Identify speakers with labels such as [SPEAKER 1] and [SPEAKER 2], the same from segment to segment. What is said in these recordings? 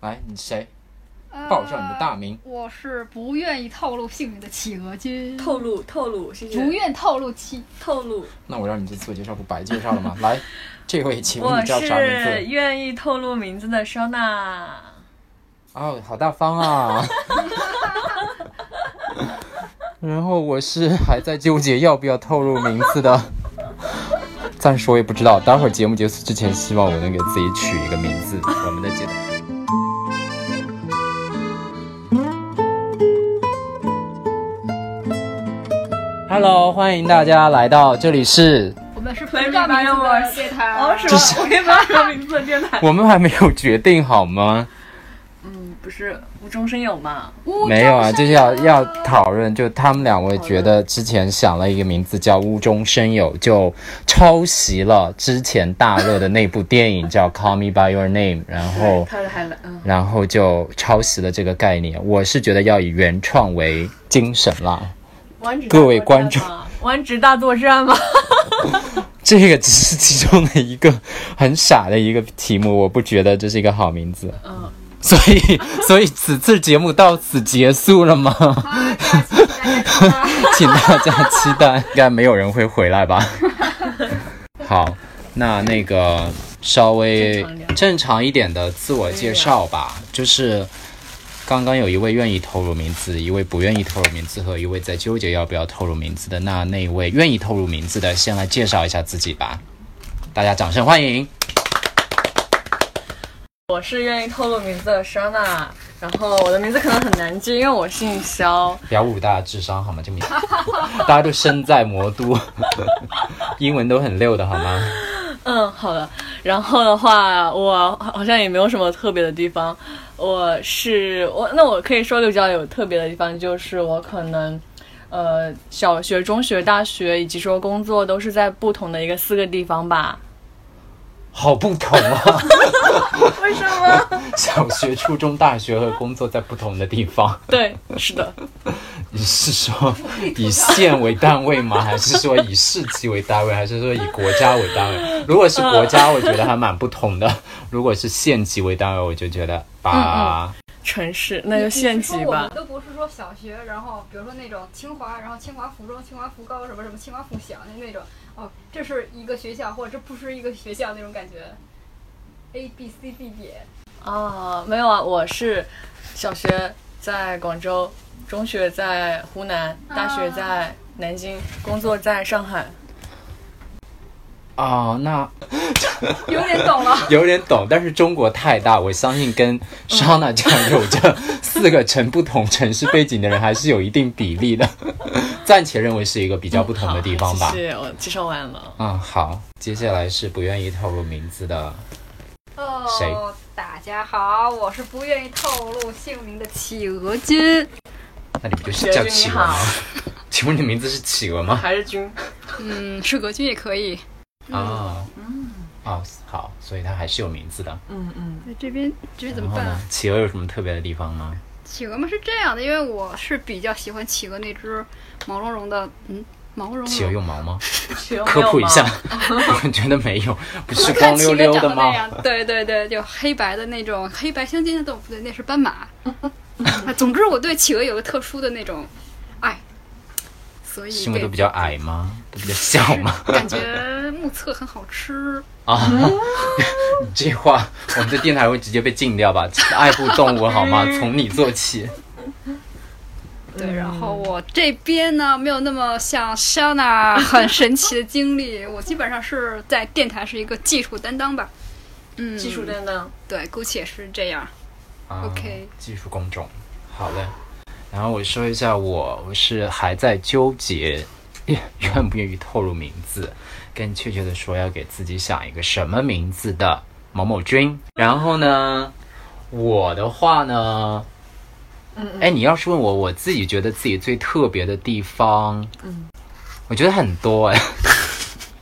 [SPEAKER 1] 来，你谁？报上你的大名。
[SPEAKER 2] 呃我是不愿意透露姓名的企鹅君，
[SPEAKER 3] 透露透露是不
[SPEAKER 2] 不
[SPEAKER 3] 是？
[SPEAKER 2] 愿透露其
[SPEAKER 3] 透露，
[SPEAKER 1] 那我让你这自我介绍不白介绍了吗？来，这位，请问
[SPEAKER 3] 我
[SPEAKER 1] 你叫啥名
[SPEAKER 3] 是
[SPEAKER 1] 字？
[SPEAKER 3] 愿意透露名字的收纳。
[SPEAKER 1] 哦，好大方啊！然后我是还在纠结要不要透露名字的，暂时我也不知道。待会儿节目结束之前，希望我能给自己取一个名字。我们的节目。Hello，欢迎大家来到这里是
[SPEAKER 2] 我们是不
[SPEAKER 3] 没
[SPEAKER 2] 知道名字的
[SPEAKER 3] remember
[SPEAKER 2] 电台。
[SPEAKER 3] 哦，是
[SPEAKER 1] 这是
[SPEAKER 3] 吗？我也不知道什么名字的电 台。
[SPEAKER 1] 我们还没有决定好吗？
[SPEAKER 3] 嗯，不是无中生有嘛？
[SPEAKER 2] 乌
[SPEAKER 1] 没有啊，
[SPEAKER 2] 中
[SPEAKER 1] 就是
[SPEAKER 2] 山
[SPEAKER 1] 要
[SPEAKER 2] 啊
[SPEAKER 1] 要讨论。就他们两位觉得之前想了一个名字叫“无中生有”，就抄袭了之前大热的那部电影叫《Call Me by Your Name》，然后
[SPEAKER 3] 他的还来，嗯，
[SPEAKER 1] 然后就抄袭了这个概念。我是觉得要以原创为精神啦，
[SPEAKER 3] 湾指大
[SPEAKER 1] 各位
[SPEAKER 3] 作战
[SPEAKER 1] 观众
[SPEAKER 3] 嘛，湾指大作战吗？
[SPEAKER 1] 这个只是其中的一个很傻的一个题目，我不觉得这是一个好名字。
[SPEAKER 3] 嗯，
[SPEAKER 1] 所以， 所以此次节目到此结束了吗？
[SPEAKER 2] 啊假期
[SPEAKER 1] 请大
[SPEAKER 2] 大家知道
[SPEAKER 1] 家期待， 应该没有人会回来吧？ 好，那那个稍微
[SPEAKER 3] 正常聊
[SPEAKER 1] 正常一点的自我介绍吧，就是刚刚有一位愿意透露名字，一位不愿意透露名字和一位在纠结要不要透露名字的。那那位愿意透露名字的，先来介绍一下自己吧，大家掌声欢迎。
[SPEAKER 3] 我是愿意透露名字的 Shana，然后我的名字可能很难记，因为我姓肖。
[SPEAKER 1] 不要侮辱大家智商好吗？这么 大家都身在魔都， 英文都很溜的好吗？
[SPEAKER 3] 嗯，好的。然后的话，我好像也没有什么特别的地方。我呃是我，那我可以说六教有特别的地方，就是我可能，呃，小学、中学、大学以及说工作都是在不同的一个四个地方吧。
[SPEAKER 1] 好不同啊！
[SPEAKER 3] 为什么？
[SPEAKER 1] 小学、初中、大学和工作在不同的地方，
[SPEAKER 3] 对，是的。
[SPEAKER 1] 你是说以县为单位吗？还是说以市级为单位？还是说以国家为单位？如果是国家，我觉得还蛮不同的；如果是县级为单位，我就觉得吧，啊
[SPEAKER 3] 城市，那就县级
[SPEAKER 2] 你说我
[SPEAKER 3] 吧
[SPEAKER 2] 们。都不是说小学，然后比如说那种清华，然后清华附中、清华附高什么什么清华附小的那种，哦，这是一个学校，或者这不是一个学校那种感觉。A B C D 点，
[SPEAKER 3] 啊，没有啊，我是小学在广州，中学在湖南，大学在南京，工作在上海。
[SPEAKER 1] 哦，那
[SPEAKER 2] 有点懂了。
[SPEAKER 1] 有点懂，但是中国太大，我相信跟莎娜这样有着四个城不同城市背景的人还是有一定比例的，暂且认为是一个比较不同的地方吧。
[SPEAKER 3] 是我介绍完了。
[SPEAKER 1] 嗯，好，接下来是不愿意透露名字的。谁
[SPEAKER 2] 哦，大家好，我是不愿意透露姓名的企鹅君。
[SPEAKER 1] 那你不就是叫企鹅
[SPEAKER 3] 学君你
[SPEAKER 1] 吗
[SPEAKER 3] 好？
[SPEAKER 1] 请问你的名字是企鹅吗？
[SPEAKER 3] 还是君，
[SPEAKER 2] 嗯，是鹅君也可以。嗯
[SPEAKER 1] 啊，哦，好，所以它还是有名字的。
[SPEAKER 3] 嗯嗯，
[SPEAKER 2] 那这边这是怎
[SPEAKER 1] 然
[SPEAKER 2] 么
[SPEAKER 1] 后
[SPEAKER 2] 办、
[SPEAKER 1] 呢
[SPEAKER 2] 啊？，
[SPEAKER 1] 企鹅有什么特别的地方吗？
[SPEAKER 2] 企鹅嘛是这样的，因为我是比较喜欢企鹅那只毛茸茸的，嗯，毛茸茸。
[SPEAKER 1] 企鹅有毛吗？
[SPEAKER 3] 学
[SPEAKER 1] 科普一下，，我觉得没有，不是
[SPEAKER 2] 看
[SPEAKER 1] 光
[SPEAKER 2] 企
[SPEAKER 1] 溜
[SPEAKER 2] 鹅
[SPEAKER 1] 溜
[SPEAKER 2] 长
[SPEAKER 1] 的
[SPEAKER 2] 得
[SPEAKER 1] 吗
[SPEAKER 2] 那？样，对对对，就黑白的那种，黑白相间的都不对，那是 斑马。啊总之，我对企鹅有个特殊的那种爱，所以
[SPEAKER 1] 是因为
[SPEAKER 2] 给
[SPEAKER 1] 都比较矮吗？都比较小吗？
[SPEAKER 2] 感觉目测很好吃。
[SPEAKER 1] 啊，
[SPEAKER 2] 嗯
[SPEAKER 1] 你 这话我们的电台会直接被禁掉吧？爱护动物好吗？从你做起。
[SPEAKER 2] 对，然后
[SPEAKER 1] 嗯
[SPEAKER 2] 我这边呢，没有那么 像 Shana 很神奇的经历，我基本上是在电台是一个技术担当吧。嗯，
[SPEAKER 3] 技术担当。
[SPEAKER 2] 对，姑且是这样。
[SPEAKER 1] 啊
[SPEAKER 2] OK
[SPEAKER 1] 技术工种，好嘞。然后我说一下我，我是还在纠结愿不愿意透露名字，更确切的说要给自己想一个什么名字的某某君。然后呢，我的话呢，
[SPEAKER 3] 嗯
[SPEAKER 1] 哎，你要是问我，我自己觉得自己最特别的地方，
[SPEAKER 3] 嗯，
[SPEAKER 1] 我觉得很多哎。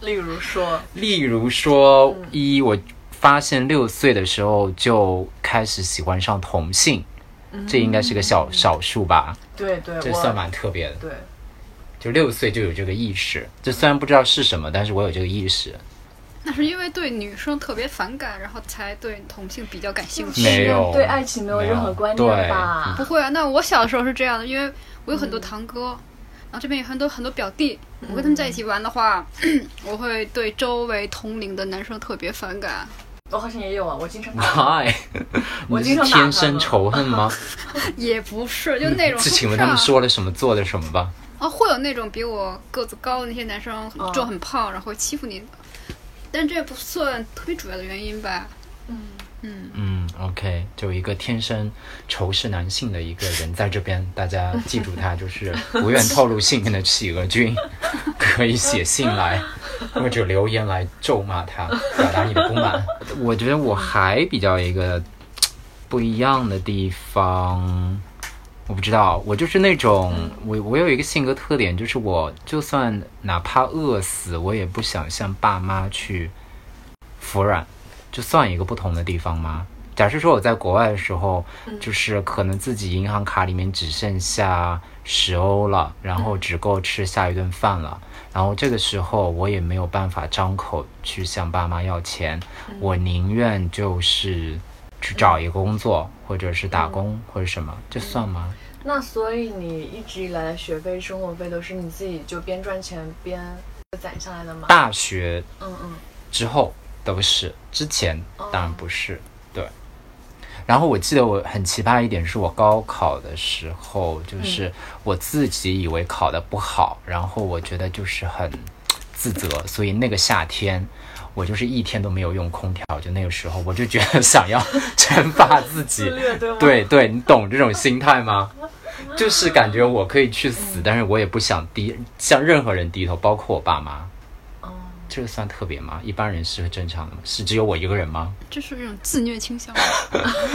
[SPEAKER 3] 例如说，
[SPEAKER 1] 例如说，一我发现六岁的时候就开始喜欢上同性，这应该是个小少数吧，
[SPEAKER 3] 对对，
[SPEAKER 1] 这
[SPEAKER 3] 我
[SPEAKER 1] 算蛮特别的。
[SPEAKER 3] 对，
[SPEAKER 1] 就六岁就有这个意识，这虽然不知道是什么，但是我有这个意识。
[SPEAKER 2] 那是因为对女生特别反感，然后才对同性比较感兴趣。
[SPEAKER 1] 没有
[SPEAKER 3] 对爱情没有任何观
[SPEAKER 1] 没有
[SPEAKER 3] 念吧？
[SPEAKER 2] 不会啊，那我小的时候是这样的，因为我有
[SPEAKER 1] 嗯
[SPEAKER 2] 很多堂哥，然后这边有很多很多表弟，我跟他们
[SPEAKER 1] 嗯
[SPEAKER 2] 在一起玩的话， 我会对周围同龄的男生特别反感。
[SPEAKER 3] 我 好像也有啊，我经常
[SPEAKER 1] 嗯 Why？
[SPEAKER 3] 我
[SPEAKER 1] 你
[SPEAKER 3] 经
[SPEAKER 1] 是
[SPEAKER 3] 常打
[SPEAKER 1] 天
[SPEAKER 3] 他
[SPEAKER 1] 生
[SPEAKER 3] 们
[SPEAKER 1] 仇恨吗？
[SPEAKER 2] 也不是，就那种
[SPEAKER 1] 这
[SPEAKER 2] 说
[SPEAKER 1] 请嗯
[SPEAKER 2] 不
[SPEAKER 1] 问他们
[SPEAKER 2] 上
[SPEAKER 1] 说了什么，做了什么吧？
[SPEAKER 2] 啊，会有那种比我个子高的那些男生很
[SPEAKER 3] 哦
[SPEAKER 2] 壮很胖，然后会欺负你的，但这也不算特别主要的原因吧。嗯
[SPEAKER 1] 嗯，OK，就一个天生仇视男性的一个人在这边，大家记住他， 就是不愿透露姓名的企鹅君，可以写信来或者留言来咒骂他，表达你的不满。我觉得我还比较一个不一样的地方，我不知道，我就是那种我我有一个性格特点，就是我就算哪怕饿死，我也不想向爸妈去服软，就算一个不同的地方吗？假设说我在国外的时候，就是可能自己银行卡里面只剩下十欧了，然后只够吃下一顿饭了，然后这个时候我也没有办法张口去向爸妈要钱，我宁愿就是去找一个工作，或者是打工或者什么，这算吗？
[SPEAKER 3] 那所以你一直以来的学费、生活费都是你自己就边赚钱边攒下来的吗？
[SPEAKER 1] 大学
[SPEAKER 3] 嗯嗯，
[SPEAKER 1] 之后都是，之前
[SPEAKER 3] 哦
[SPEAKER 1] 当然不是。对。然后我记得我很奇葩一点是我高考的时候，就是我自己以为考的不好，然后我觉得就是很自责，所以那个夏天。我就是一天都没有用空调，就那个时候我就觉得想要 惩罚自己，
[SPEAKER 3] 虐对吗
[SPEAKER 1] 对对，你懂这种心态吗？就是感觉我可以去死，但是我也不想低向任何人低头，包括我爸妈。
[SPEAKER 3] 哦，
[SPEAKER 1] 这个算特别吗？一般人是正常的吗？是只有我一个人吗？
[SPEAKER 2] 这是一种自虐倾向。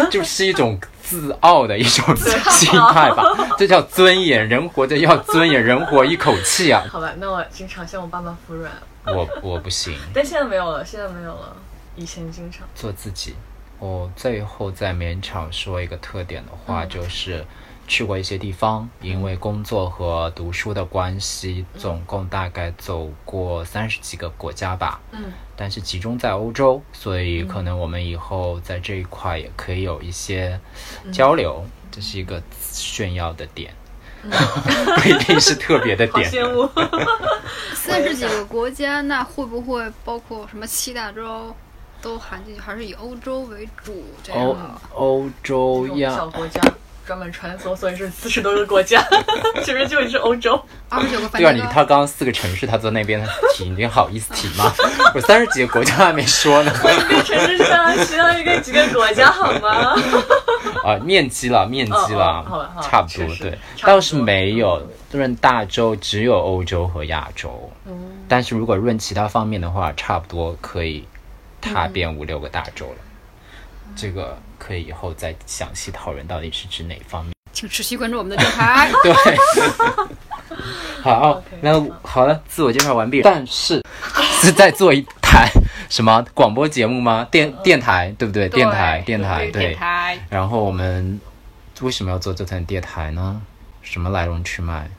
[SPEAKER 1] 就是一种自傲的一种心态吧，这叫尊严。人活着要尊严，人活一口气啊！
[SPEAKER 3] 好吧，那我经常向我爸妈服软，
[SPEAKER 1] 我我不行，
[SPEAKER 3] 但现在没有了，现在没有了，以前经常。
[SPEAKER 1] 做自己。我最后在勉强说一个特点的话，就是去过一些地方，因为工作和读书的关系，总共大概走过三十几个国家吧。
[SPEAKER 3] 嗯，
[SPEAKER 1] 但是集中在欧洲，所以可能我们以后在这一块也可以有一些
[SPEAKER 3] 嗯
[SPEAKER 1] 交流，这是一个炫耀的点， 不一定是特别的
[SPEAKER 3] 嗯好
[SPEAKER 1] 点。
[SPEAKER 3] 羡慕。
[SPEAKER 2] 三十几个国家，那会不会包括什么七大洲都含进去？还是以欧洲为主这样
[SPEAKER 1] 欧
[SPEAKER 2] 啊？
[SPEAKER 1] 欧洲
[SPEAKER 3] 这种
[SPEAKER 1] 呀
[SPEAKER 3] 小，国家专门穿梭，所以是四十多个 国家， 其实就是欧洲。
[SPEAKER 2] 二十九个梵
[SPEAKER 1] 对啊，
[SPEAKER 2] 蒂
[SPEAKER 1] 你
[SPEAKER 2] 冈
[SPEAKER 1] 他刚刚四个城市他坐那边他提，你好意思提 吗？我三十几个国家还没说呢，
[SPEAKER 3] 变成是相需要一个几个国家好吗？
[SPEAKER 1] 啊，面积了，面积
[SPEAKER 3] 哦哦好了好了
[SPEAKER 1] 差不多
[SPEAKER 3] 是是
[SPEAKER 1] 对，
[SPEAKER 3] 差不多
[SPEAKER 1] 倒是没有论大洲，只有欧洲和亚洲。
[SPEAKER 3] 嗯，
[SPEAKER 1] 但是如果论其他方面的话，差不多可以踏遍五六个大洲了。这个可以以后再详细讨论到底是指哪方 面。
[SPEAKER 2] 请持续关注我们的电台。
[SPEAKER 1] 对，好
[SPEAKER 3] OK，
[SPEAKER 1] 那好了，自我介绍完毕。但是是在做一台什么广播节目吗？电电台对不呃对？ 电台电台对
[SPEAKER 2] 电。台。
[SPEAKER 1] 然后我们为什么要做这台电台呢？什么来龙去脉？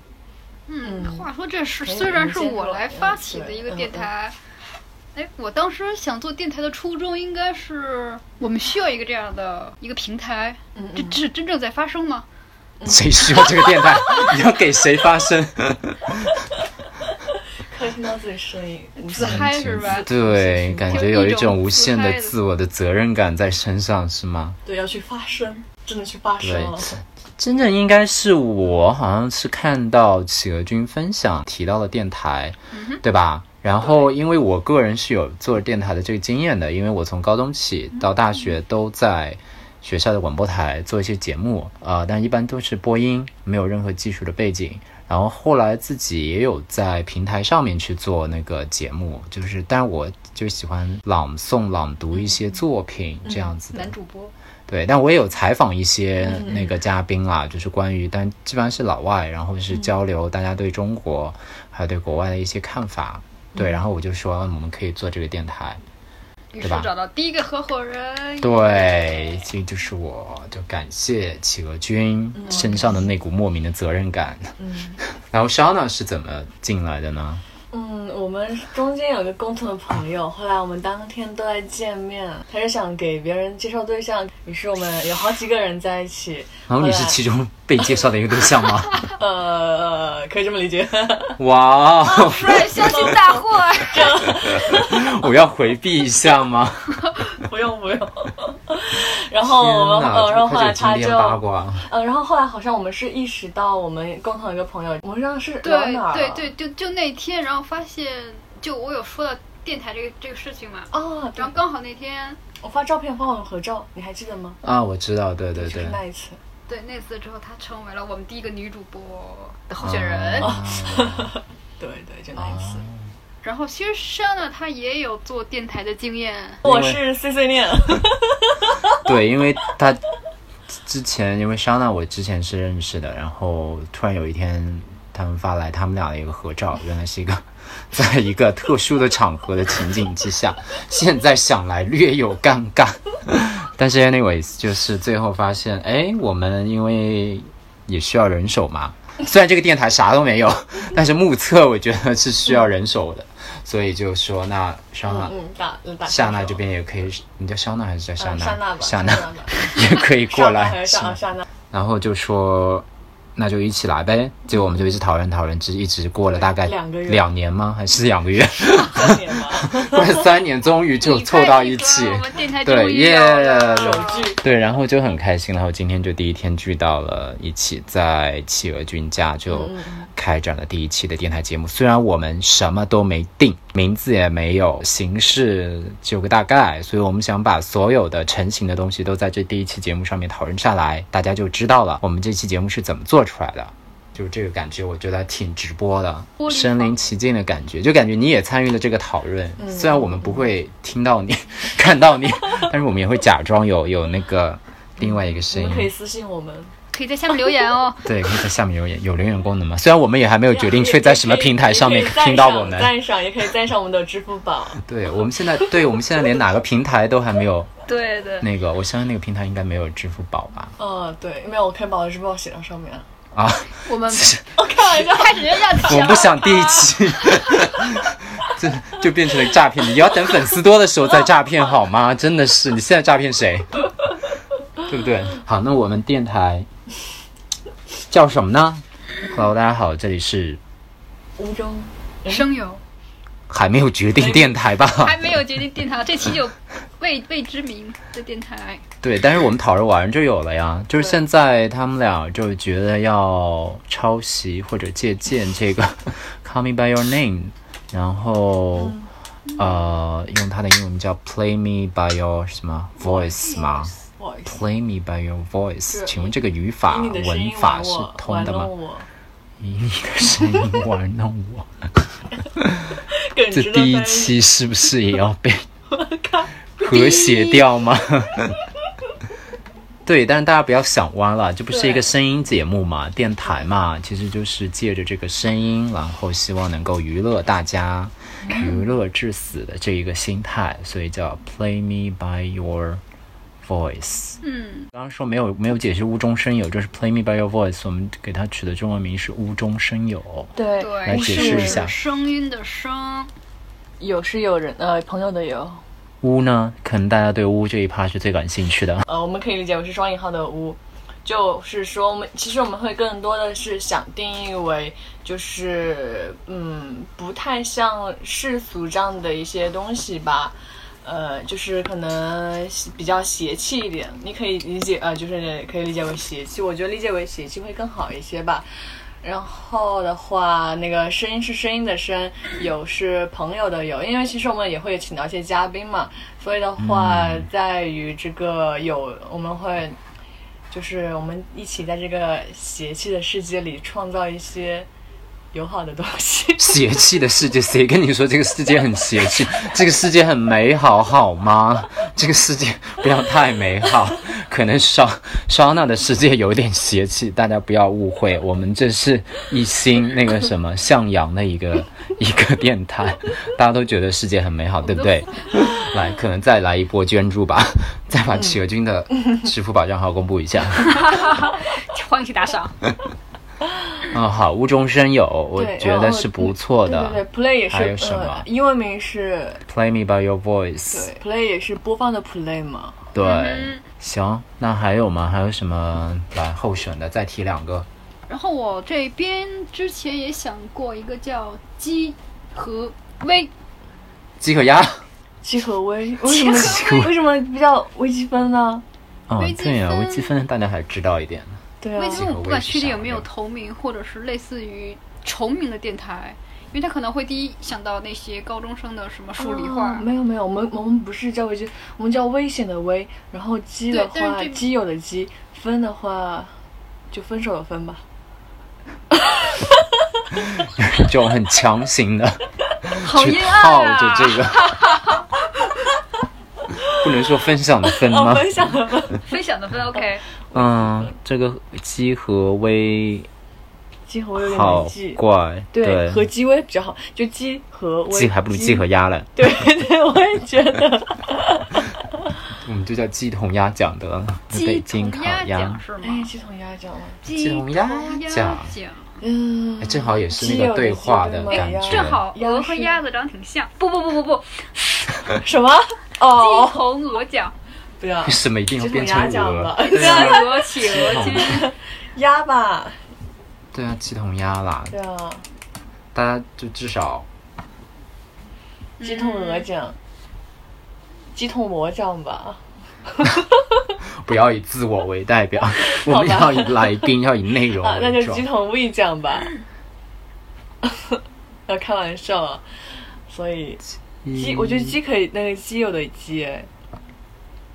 [SPEAKER 2] 嗯，
[SPEAKER 3] 嗯
[SPEAKER 2] 话说这是
[SPEAKER 3] 哎
[SPEAKER 2] 虽然
[SPEAKER 3] 你
[SPEAKER 2] 是
[SPEAKER 3] 先
[SPEAKER 2] 我
[SPEAKER 3] 说
[SPEAKER 2] 来
[SPEAKER 3] 嗯
[SPEAKER 2] 发起
[SPEAKER 3] 对
[SPEAKER 2] 的一个
[SPEAKER 3] 嗯
[SPEAKER 2] 电
[SPEAKER 3] 嗯
[SPEAKER 2] 台，哎，我当时想做电台的初衷应该是我们需要一个这样的一个平台，
[SPEAKER 3] 嗯
[SPEAKER 2] 这这是真正在发生吗？
[SPEAKER 1] 谁需要这个电台？ 你要给谁发声？
[SPEAKER 3] 可以听到自己声音，无
[SPEAKER 2] 自
[SPEAKER 3] 限
[SPEAKER 2] 嗨是吧？
[SPEAKER 1] 对，感觉有一种无限的
[SPEAKER 2] 就一种
[SPEAKER 1] 自我的责任感在身上，是吗？
[SPEAKER 3] 对，要去发声，真的去发声了。
[SPEAKER 1] 真正应该是我，好像是看到企鹅君分享提到了电台，对吧？然后，因为我个人是有做电台的这个经验的，因为我从高中起到大学都在学校的广播台做一些节目，呃，但一般都是播音，没有任何技术的背景。然后后来自己也有在平台上面去做那个节目，就是，但我就喜欢朗诵、朗读一些作品这样子的。
[SPEAKER 2] 男主播，
[SPEAKER 1] 对，但我也有采访一些
[SPEAKER 3] 嗯
[SPEAKER 1] 那个嘉宾啦，就是关于，但基本上是老外，然后是
[SPEAKER 3] 嗯
[SPEAKER 1] 交流大家对中国还有对国外的一些看法。对，然后我就说嗯我们可以做这个电台，
[SPEAKER 2] 于
[SPEAKER 1] 对
[SPEAKER 2] 是
[SPEAKER 1] 吧
[SPEAKER 2] 找到第一个合伙
[SPEAKER 3] 嗯
[SPEAKER 2] 人。
[SPEAKER 1] 对，这就是我就感谢企鹅君身上的那股莫名的责任感。
[SPEAKER 3] 嗯
[SPEAKER 1] 然后 Shana 是怎么进来的呢？
[SPEAKER 3] 嗯，我们中间有个共同的朋友，后来我们当天都在见面，他是想给别人介绍对象，于是我们有好几个人在一起，
[SPEAKER 1] 然后你是
[SPEAKER 3] 后来
[SPEAKER 1] 其中被介绍的一个对象 吗？
[SPEAKER 3] 呃，可以这么理解。
[SPEAKER 1] 哇哦，
[SPEAKER 2] 对，相亲大会，
[SPEAKER 1] 我要回避一下吗？
[SPEAKER 3] 不用不 用。然后我们
[SPEAKER 1] 天哪
[SPEAKER 3] 呃，然后后来
[SPEAKER 1] 这么快
[SPEAKER 3] 他
[SPEAKER 1] 就已经
[SPEAKER 3] 就
[SPEAKER 1] 变八卦，
[SPEAKER 3] 呃，然后后来好像我们是意识到我们共同有一个朋友，我们上是聊哪儿
[SPEAKER 2] 对
[SPEAKER 3] 了
[SPEAKER 2] 对对，就就那天，然后发现，就我有说到电台这个这个事情嘛，
[SPEAKER 3] 啊，对
[SPEAKER 2] 然后刚好那天，
[SPEAKER 3] 我发照片发我们合照，你还记得吗？
[SPEAKER 1] 啊，我知道，对对
[SPEAKER 3] 就
[SPEAKER 1] 对
[SPEAKER 3] 是，那一次，
[SPEAKER 2] 对那次之后，她成为了我们第一个女主
[SPEAKER 3] 哦
[SPEAKER 2] 播的候选人。
[SPEAKER 1] 啊
[SPEAKER 3] 对对，就那一次。
[SPEAKER 2] 然后其实珊娜她也有做电台的经验，
[SPEAKER 3] 我是碎碎念，
[SPEAKER 1] 啊 对，因为他之前因为莎娜我之前是认识的，然后突然有一天他们发来他们俩的一个合照，原来是一个在一个特殊的场合的情景之下，现在想来略有尴尬。 但是 anyways，就是最后发现，哎，我们因为也需要人手嘛，虽然这个电台啥都没有，但是目测我觉得是需要人手的，所以就说那莎娜。
[SPEAKER 3] 嗯 嗯，打打
[SPEAKER 1] 夏娜这边也可以，你叫肖娜还是叫夏
[SPEAKER 3] 嗯
[SPEAKER 1] 娜？
[SPEAKER 3] 莎娜吧，
[SPEAKER 1] 夏
[SPEAKER 3] 娜
[SPEAKER 1] 娜也可以 过
[SPEAKER 3] 莎娜还
[SPEAKER 1] 来。
[SPEAKER 3] 是莎啊莎娜，
[SPEAKER 1] 然后就说，那就一起来呗。结果我们就一直讨论讨论，只一直过了大概
[SPEAKER 3] 两个月
[SPEAKER 1] 两年吗？还是两个月？
[SPEAKER 3] 三年吧，
[SPEAKER 1] 过了三年，终于就
[SPEAKER 2] 你
[SPEAKER 1] 凑到一
[SPEAKER 2] 看
[SPEAKER 1] 起
[SPEAKER 2] 你。说我们电台
[SPEAKER 1] 对
[SPEAKER 2] 终于有
[SPEAKER 1] 耶
[SPEAKER 2] 了
[SPEAKER 3] 手剧。
[SPEAKER 1] 对，然后就很开心，然后今天就第一天聚到了一起，在企鹅君家就
[SPEAKER 2] 嗯
[SPEAKER 1] 开展了第一期的电台节目。虽然我们什么都没定，名字也没有，形式只有个大概，所以我们想把所有的成型的东西都在这第一期节目上面讨论下来，大家就知道了我们这期节目是怎么做出来的。就这个感觉，我觉得还挺直播的，
[SPEAKER 2] 玻璃
[SPEAKER 1] 身临其境的感觉，就感觉你也参与了这个讨论。虽然我们不会听到你、看到你，但是我们也会假装有有那个另外一个声
[SPEAKER 3] 你们可以
[SPEAKER 1] 音。
[SPEAKER 3] 私信我们，
[SPEAKER 2] 可以在下面留 言哦。
[SPEAKER 1] 对，可以在下面留言，有留言功能吗？虽然我们也还没有决定会在什么平台上面
[SPEAKER 3] 也可以
[SPEAKER 1] 听到我们。
[SPEAKER 3] 赞赏，也可以赞赏我们的支付 宝。
[SPEAKER 1] 对，我们现在，对我们现在连哪个平台都还没有
[SPEAKER 2] 对对，
[SPEAKER 1] 那个，我相信那个平台应该没有支付宝吧？
[SPEAKER 3] 嗯，对，没有，我可以把我的支付宝写到上 面。
[SPEAKER 1] 啊，
[SPEAKER 2] 我们
[SPEAKER 3] 我开玩笑，
[SPEAKER 2] 开始要
[SPEAKER 1] 我们不想第一期，这就变成了诈骗。你要等粉丝多的时候再诈骗好吗？真的是，你现在诈骗谁？对不对？好，那我们电台叫什么呢？Hello，大家好，这里是
[SPEAKER 3] 吴中
[SPEAKER 2] 声友，
[SPEAKER 1] 还没有决定电台吧？
[SPEAKER 2] 还没有决定电台，这期就未未知名的电台。
[SPEAKER 1] 对，但是我们讨论完就有了呀。就是现在他们俩就觉得要抄袭或者借鉴这 个《Call Me by Your Name》，然后、
[SPEAKER 3] 嗯
[SPEAKER 1] 呃，用它的英文叫 “Play Me by Your” 什么 “Voice” 吗
[SPEAKER 3] voice，
[SPEAKER 1] ？“Play Me by Your Voice”，
[SPEAKER 3] 对
[SPEAKER 1] 请问这个语法
[SPEAKER 3] 以你的声
[SPEAKER 1] 文
[SPEAKER 3] 音
[SPEAKER 1] 法
[SPEAKER 3] 玩
[SPEAKER 1] 是
[SPEAKER 3] 我，
[SPEAKER 1] 通
[SPEAKER 3] 玩
[SPEAKER 1] 的吗
[SPEAKER 3] 弄？我，
[SPEAKER 1] 以你的声音玩弄我，
[SPEAKER 3] 梗
[SPEAKER 1] 这
[SPEAKER 3] 知道
[SPEAKER 1] 第一
[SPEAKER 3] 在
[SPEAKER 1] 期是不是也要 被
[SPEAKER 3] 看
[SPEAKER 1] 和谐掉吗？ 对，但是大家不要想歪了，这不是一个
[SPEAKER 3] 对
[SPEAKER 1] 声音节目嘛，电台嘛，其实就是借着这个声音，然后希望能够娱乐大家，
[SPEAKER 3] 嗯
[SPEAKER 1] 娱乐至死的这一个心态，所以叫 Play Me by Your Voice。
[SPEAKER 2] 嗯，
[SPEAKER 1] 刚刚说没有没有解释无中生有，就是 Play Me by Your Voice，我们给它取的中文名是无中生有。
[SPEAKER 3] 对
[SPEAKER 1] 来
[SPEAKER 2] 对，
[SPEAKER 1] 解释一下
[SPEAKER 2] 声音的声，
[SPEAKER 3] 有是有人呃朋友的有，
[SPEAKER 1] 乌呢，可能大家对乌这一趴是最感兴趣的。
[SPEAKER 3] 呃，我们可以理解为是双引号的无，就是说我们其实我们会更多的是想定义为就是嗯不太像世俗这样的一些东西吧。呃，就是可能比较邪气一点，你可以理解，呃，就是可以理解为邪气，我觉得理解为邪气会更好一些吧。然后的话，那个声音是声音的声，友是朋友的友，因为其实我们也会请到一些嘉宾嘛，所以的话，在于这个友，我们会就是我们一起在这个邪气的世界里创造一些友好的东西。
[SPEAKER 1] 邪气的世界，谁跟你说这个世界很邪气？ 这个世界很美好，好吗？这个世界不要太美好， 可能烧烧娜的世界有点邪气，大家不要误会，我们这是一心那个什么向阳的一个 一个电台，大家都觉得世界很美好，对不 对？来，可能再来一波捐助吧， 再把 企鹅君的支付宝账号公布一下。
[SPEAKER 2] 欢迎去打赏。
[SPEAKER 1] 嗯，好，无中生有，我
[SPEAKER 3] 对
[SPEAKER 1] 觉得
[SPEAKER 3] 然后
[SPEAKER 1] 是不错的。
[SPEAKER 3] 对对对，play 也是，
[SPEAKER 1] 还有什
[SPEAKER 3] 呃
[SPEAKER 1] 么、
[SPEAKER 3] 英文名是
[SPEAKER 1] Play me by your voice。
[SPEAKER 3] 对，play 也是播放的 play 嘛。
[SPEAKER 1] 对
[SPEAKER 2] 嗯
[SPEAKER 1] 行，那还有吗？还有什么来候选的？再提两个。
[SPEAKER 2] 然后我这边之前也想过一个叫鸡和威，
[SPEAKER 1] 鸡和 鸭。
[SPEAKER 3] 鸡和 微为什么为什么叫微积分呢？
[SPEAKER 1] 嗯
[SPEAKER 2] 微，积
[SPEAKER 1] 对呀、
[SPEAKER 2] 分
[SPEAKER 1] 微积分大家还知道一点呢。
[SPEAKER 3] 对啊
[SPEAKER 2] 微，积分我不敢确定有没有
[SPEAKER 1] 鸡和威是啥
[SPEAKER 2] 同名或者是类似于重名的电台，因为他可能会第一想到那些高中生的什么数理化。
[SPEAKER 3] 哦没有没有，我们我们不是叫微积，我们叫危险的危，然后鸡的
[SPEAKER 2] 对但是
[SPEAKER 3] 话，
[SPEAKER 2] 这
[SPEAKER 3] 基友的基，分的话，就分手的分吧。
[SPEAKER 1] 这种很强行的
[SPEAKER 2] 好
[SPEAKER 1] 去
[SPEAKER 2] 阴
[SPEAKER 1] 套
[SPEAKER 2] 暗啊
[SPEAKER 1] 着这个， 不能说分享的分
[SPEAKER 3] 哦，
[SPEAKER 1] 吗？
[SPEAKER 3] 分享 的分，
[SPEAKER 2] 分享的分 OK，
[SPEAKER 3] 哦
[SPEAKER 1] 嗯，这个鸡和微
[SPEAKER 3] 鸡和微有点
[SPEAKER 1] 好
[SPEAKER 3] 难记。
[SPEAKER 1] 怪，
[SPEAKER 3] 对，和鸡微比较好，就鸡和微，
[SPEAKER 1] 鸡还不如鸡和鸭嘞，
[SPEAKER 3] 对对，我也觉得。
[SPEAKER 1] 我们就叫鸡同鸭讲得了。北
[SPEAKER 2] 鸡
[SPEAKER 1] 京
[SPEAKER 2] 同
[SPEAKER 1] 烤
[SPEAKER 2] 鸭
[SPEAKER 1] 鸭
[SPEAKER 2] 讲，是
[SPEAKER 3] 哎，
[SPEAKER 2] 吗？
[SPEAKER 3] 鸡同鸭讲了，
[SPEAKER 1] 鸡同鸭
[SPEAKER 2] 讲
[SPEAKER 1] 讲，
[SPEAKER 3] 嗯
[SPEAKER 1] 哎，正好也是那个对话的感觉。
[SPEAKER 2] 正好
[SPEAKER 3] 鸭
[SPEAKER 2] 鹅和
[SPEAKER 3] 是
[SPEAKER 2] 鸭子长挺像。不不不不不，鸡
[SPEAKER 3] 什么？哦，
[SPEAKER 2] 同鹅讲，
[SPEAKER 3] 不要
[SPEAKER 1] 为，什么一定要
[SPEAKER 3] 鸡
[SPEAKER 1] 变
[SPEAKER 3] 同
[SPEAKER 1] 成
[SPEAKER 3] 鸭讲
[SPEAKER 1] 鹅啊
[SPEAKER 3] 了？，
[SPEAKER 2] 企鹅企鹅
[SPEAKER 1] 鸡
[SPEAKER 2] 君
[SPEAKER 1] 同。
[SPEAKER 3] 鸭吧，
[SPEAKER 1] 对啊，鸡同鸭啦，
[SPEAKER 3] 对啊，
[SPEAKER 1] 大家就至少
[SPEAKER 3] 鸡同鹅
[SPEAKER 2] 嗯
[SPEAKER 3] 讲，鸡同魔掌吧。
[SPEAKER 1] 不要以自我为代 表，我们
[SPEAKER 3] 好
[SPEAKER 1] 要
[SPEAKER 3] 吧
[SPEAKER 1] 以来宾，要以内容
[SPEAKER 3] 啊，那
[SPEAKER 1] 为
[SPEAKER 3] 就
[SPEAKER 1] 重
[SPEAKER 3] 鸡。同味酱吧。 要开玩笑啊，所以
[SPEAKER 1] 嗯
[SPEAKER 3] 鸡，我觉得鸡可以，那个鸡有的鸡，哎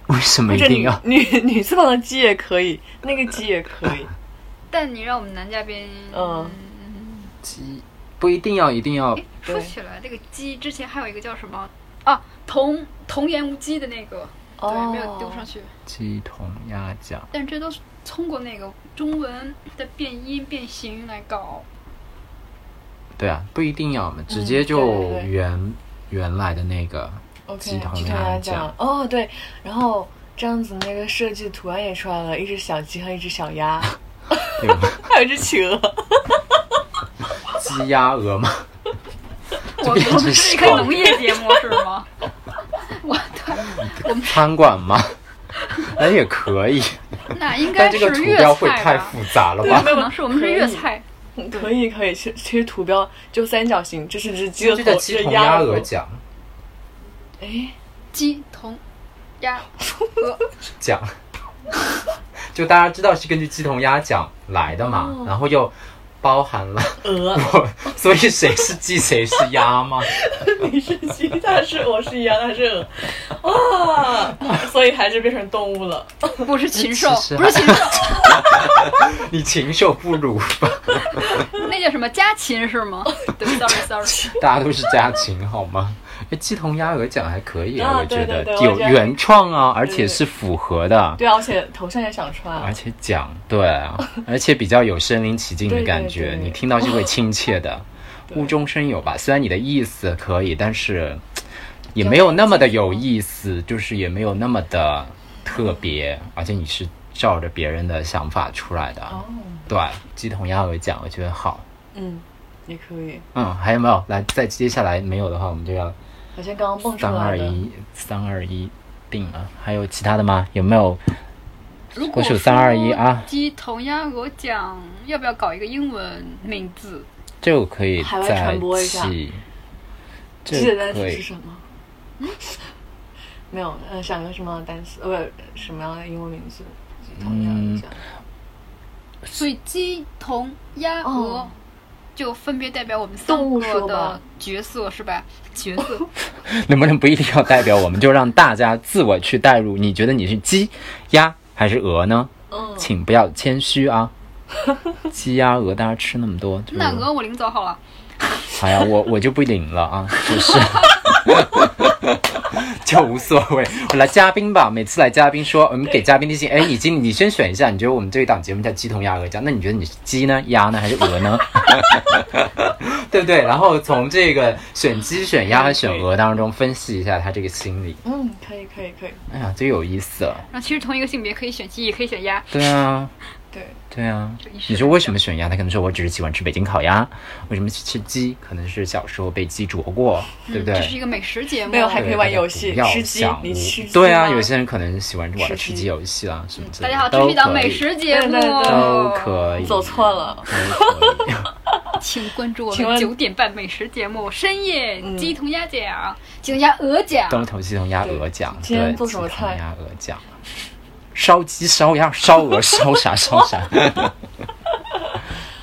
[SPEAKER 1] 为什么
[SPEAKER 3] 或
[SPEAKER 1] 一
[SPEAKER 3] 者
[SPEAKER 1] 定啊
[SPEAKER 3] 女
[SPEAKER 1] 要？
[SPEAKER 3] 女女字旁的鸡也可以，那个鸡也可以。
[SPEAKER 2] 但你让我们男嘉宾，
[SPEAKER 3] 嗯，
[SPEAKER 1] 鸡不一定要一定要
[SPEAKER 2] 哎，说起来这个鸡，之前还有一个叫什么啊？童童言无忌的那个，对，
[SPEAKER 3] 哦
[SPEAKER 2] 没有丢上去。
[SPEAKER 1] 鸡同鸭讲，
[SPEAKER 2] 但这都是通过那个中文的变音变形来搞。
[SPEAKER 1] 对啊，不一定要嘛，直接就
[SPEAKER 3] 对对对
[SPEAKER 1] 原原来的那个
[SPEAKER 3] OK，
[SPEAKER 1] 鸡同
[SPEAKER 3] 鸡
[SPEAKER 1] 鸭
[SPEAKER 3] 鸭
[SPEAKER 1] 酱
[SPEAKER 3] 酱。哦，对，然后这样子那个设计图案也出来了，一只小鸡和一只小鸭，
[SPEAKER 1] 那个
[SPEAKER 3] 还有一只企鹅。
[SPEAKER 1] 鸡鸭鹅 嘛，
[SPEAKER 2] 我
[SPEAKER 1] 变成
[SPEAKER 2] 我们是一个
[SPEAKER 1] 小
[SPEAKER 2] 农业节目是 吗？我的，
[SPEAKER 1] 餐馆嘛， 哎也可以，
[SPEAKER 2] 那应
[SPEAKER 1] 但
[SPEAKER 2] 该
[SPEAKER 1] 这个图
[SPEAKER 2] 是粤
[SPEAKER 1] 标会
[SPEAKER 2] 菜
[SPEAKER 1] 太
[SPEAKER 2] 吧？
[SPEAKER 1] 复杂了
[SPEAKER 2] 对，
[SPEAKER 1] 吧？
[SPEAKER 2] 可能是我们是粤菜。
[SPEAKER 3] 可以可以，其实其实图标就三角形，这是只鸡的
[SPEAKER 1] 就叫
[SPEAKER 3] 头，
[SPEAKER 1] 鸡
[SPEAKER 3] 这
[SPEAKER 1] 同
[SPEAKER 3] 鸭
[SPEAKER 1] 鸭
[SPEAKER 3] 鹅
[SPEAKER 1] 鹅。讲
[SPEAKER 3] 哎，
[SPEAKER 2] 鸡同 鸭
[SPEAKER 1] 讲， 就大家知道是根据鸡同鸭讲来的
[SPEAKER 3] 哦
[SPEAKER 1] 嘛，然后又包含了
[SPEAKER 3] 鹅，啊
[SPEAKER 1] 我，所以谁是鸡谁是鸭吗？
[SPEAKER 3] 你是鸡，它是我是鸭，它是鹅，哇， 所以还是变成动物了。
[SPEAKER 2] 不是禽兽
[SPEAKER 1] 其，实
[SPEAKER 2] 不是禽兽，
[SPEAKER 1] 你禽兽不如吧？
[SPEAKER 2] 那叫什么家禽是 吗？对，sorry sorry，
[SPEAKER 1] 大家都是家禽好吗？哎，鸡同鸭鹅讲还可以，
[SPEAKER 3] 啊
[SPEAKER 1] 我觉
[SPEAKER 3] 对
[SPEAKER 1] 得
[SPEAKER 3] 对对
[SPEAKER 1] 有
[SPEAKER 3] 我觉得
[SPEAKER 1] 原创啊，而
[SPEAKER 3] 对
[SPEAKER 1] 且
[SPEAKER 3] 对
[SPEAKER 1] 是符合的，
[SPEAKER 3] 对啊，而且头像也想
[SPEAKER 1] 而
[SPEAKER 3] 穿，
[SPEAKER 1] 且讲对 啊，而且比较有身临其境的
[SPEAKER 3] 对对
[SPEAKER 1] 感觉，
[SPEAKER 3] 对
[SPEAKER 1] 你听到是会亲切 的，无中生有吧。虽然你的意思可以，但是也没有那么的有意思，就是也没有那么的特别，而且你是照着别人的想法出来的。
[SPEAKER 3] 哦，
[SPEAKER 1] 对，啊鸡同鸭鹅讲，我觉得好。
[SPEAKER 3] 嗯，也可以。
[SPEAKER 1] 嗯，还有没有？来，再接下来没有的话，我们就要
[SPEAKER 3] 好像刚刚蹦出
[SPEAKER 1] 三
[SPEAKER 3] 来
[SPEAKER 1] 二
[SPEAKER 3] 的，
[SPEAKER 1] 一，三二一定了。还有其他的吗？有没有？
[SPEAKER 2] 如果
[SPEAKER 1] 我数
[SPEAKER 2] 说
[SPEAKER 1] 三二一啊，
[SPEAKER 2] 鸡同鸭鹅讲，要不要搞一个英文名字？
[SPEAKER 1] 这个可以
[SPEAKER 3] 海外
[SPEAKER 1] 再
[SPEAKER 3] 传播一下
[SPEAKER 1] 起。
[SPEAKER 3] 记
[SPEAKER 1] 这
[SPEAKER 3] 得单
[SPEAKER 1] 可
[SPEAKER 3] 词是
[SPEAKER 1] 以
[SPEAKER 3] 什么？ 没有，呃，想个什么样的单词，呃，不什么样的英文名字？同样
[SPEAKER 1] 嗯
[SPEAKER 3] 一讲，
[SPEAKER 2] 所以鸡同鸭鹅
[SPEAKER 3] 哦
[SPEAKER 2] 就分别代表我们三
[SPEAKER 3] 动物
[SPEAKER 2] 个
[SPEAKER 3] 说
[SPEAKER 2] 的
[SPEAKER 3] 吧
[SPEAKER 2] 角色是吧？角色，
[SPEAKER 1] 能不能不一定要代表我们，就让大家自我去代入？你觉得你是鸡、鸭还是鹅呢？
[SPEAKER 3] 嗯，
[SPEAKER 1] 请不要谦虚 啊！鸡、鸭、鹅，大家吃那么多，就是
[SPEAKER 2] 那鹅我领走好了。
[SPEAKER 1] 好哎呀，我我就不领了啊，就是 就无所谓。我来嘉宾吧，每次来嘉宾说，我们给嘉宾提醒，哎，你今你先选一下，你觉得我们这一档节目叫鸡同鸭鹅讲，那你觉得你是鸡呢、鸭呢还是鹅呢？ 对不对？然后从这个选鸡、选鸭和选鹅当中分析一下他这个心理，
[SPEAKER 3] 嗯，可以，可以，可以，
[SPEAKER 1] 哎呀，就有意思了。
[SPEAKER 2] 然后其实同一个性别可以选鸡，也可以选鸭。
[SPEAKER 1] 对啊，
[SPEAKER 3] 对，
[SPEAKER 1] 对啊
[SPEAKER 2] 就一，时
[SPEAKER 1] 你说为什么选鸭？他可能说我只是喜欢吃北京烤鸭。为什么吃鸡？可能是小时候被鸡啄过，对不对？
[SPEAKER 2] 这嗯是一个美食节目，
[SPEAKER 3] 嗯没有还可以
[SPEAKER 1] 对
[SPEAKER 3] 玩
[SPEAKER 1] 大家
[SPEAKER 3] 游
[SPEAKER 1] 不
[SPEAKER 3] 戏
[SPEAKER 1] 要
[SPEAKER 3] 吃鸡
[SPEAKER 1] 想
[SPEAKER 3] 你
[SPEAKER 1] 污
[SPEAKER 3] 吃鸡
[SPEAKER 1] 对啊，
[SPEAKER 3] 吗
[SPEAKER 1] 有些人可能喜欢玩
[SPEAKER 3] 吃
[SPEAKER 1] 吃
[SPEAKER 3] 鸡
[SPEAKER 1] 鸡游戏啊什么之类
[SPEAKER 2] 大
[SPEAKER 1] 的。
[SPEAKER 2] 家好，这
[SPEAKER 1] 都
[SPEAKER 2] 是一档
[SPEAKER 1] 可
[SPEAKER 2] 美
[SPEAKER 1] 以
[SPEAKER 2] 食节目，
[SPEAKER 3] 对对对
[SPEAKER 1] 都可以，
[SPEAKER 3] 哦走错了
[SPEAKER 1] 都可以。
[SPEAKER 2] 请关注我
[SPEAKER 3] 请
[SPEAKER 2] 们
[SPEAKER 3] 问
[SPEAKER 2] 九点半美食节目深夜
[SPEAKER 3] 嗯
[SPEAKER 2] 鸡同鸭讲，鸡同鸭鹅讲，
[SPEAKER 1] 东头西头鸭鹅酱，
[SPEAKER 3] 今天
[SPEAKER 1] 对
[SPEAKER 3] 做什么
[SPEAKER 1] 鸡同
[SPEAKER 3] 菜
[SPEAKER 1] 鸭鹅酱，烧鸡、烧鸭、烧鹅、烧啥烧啥。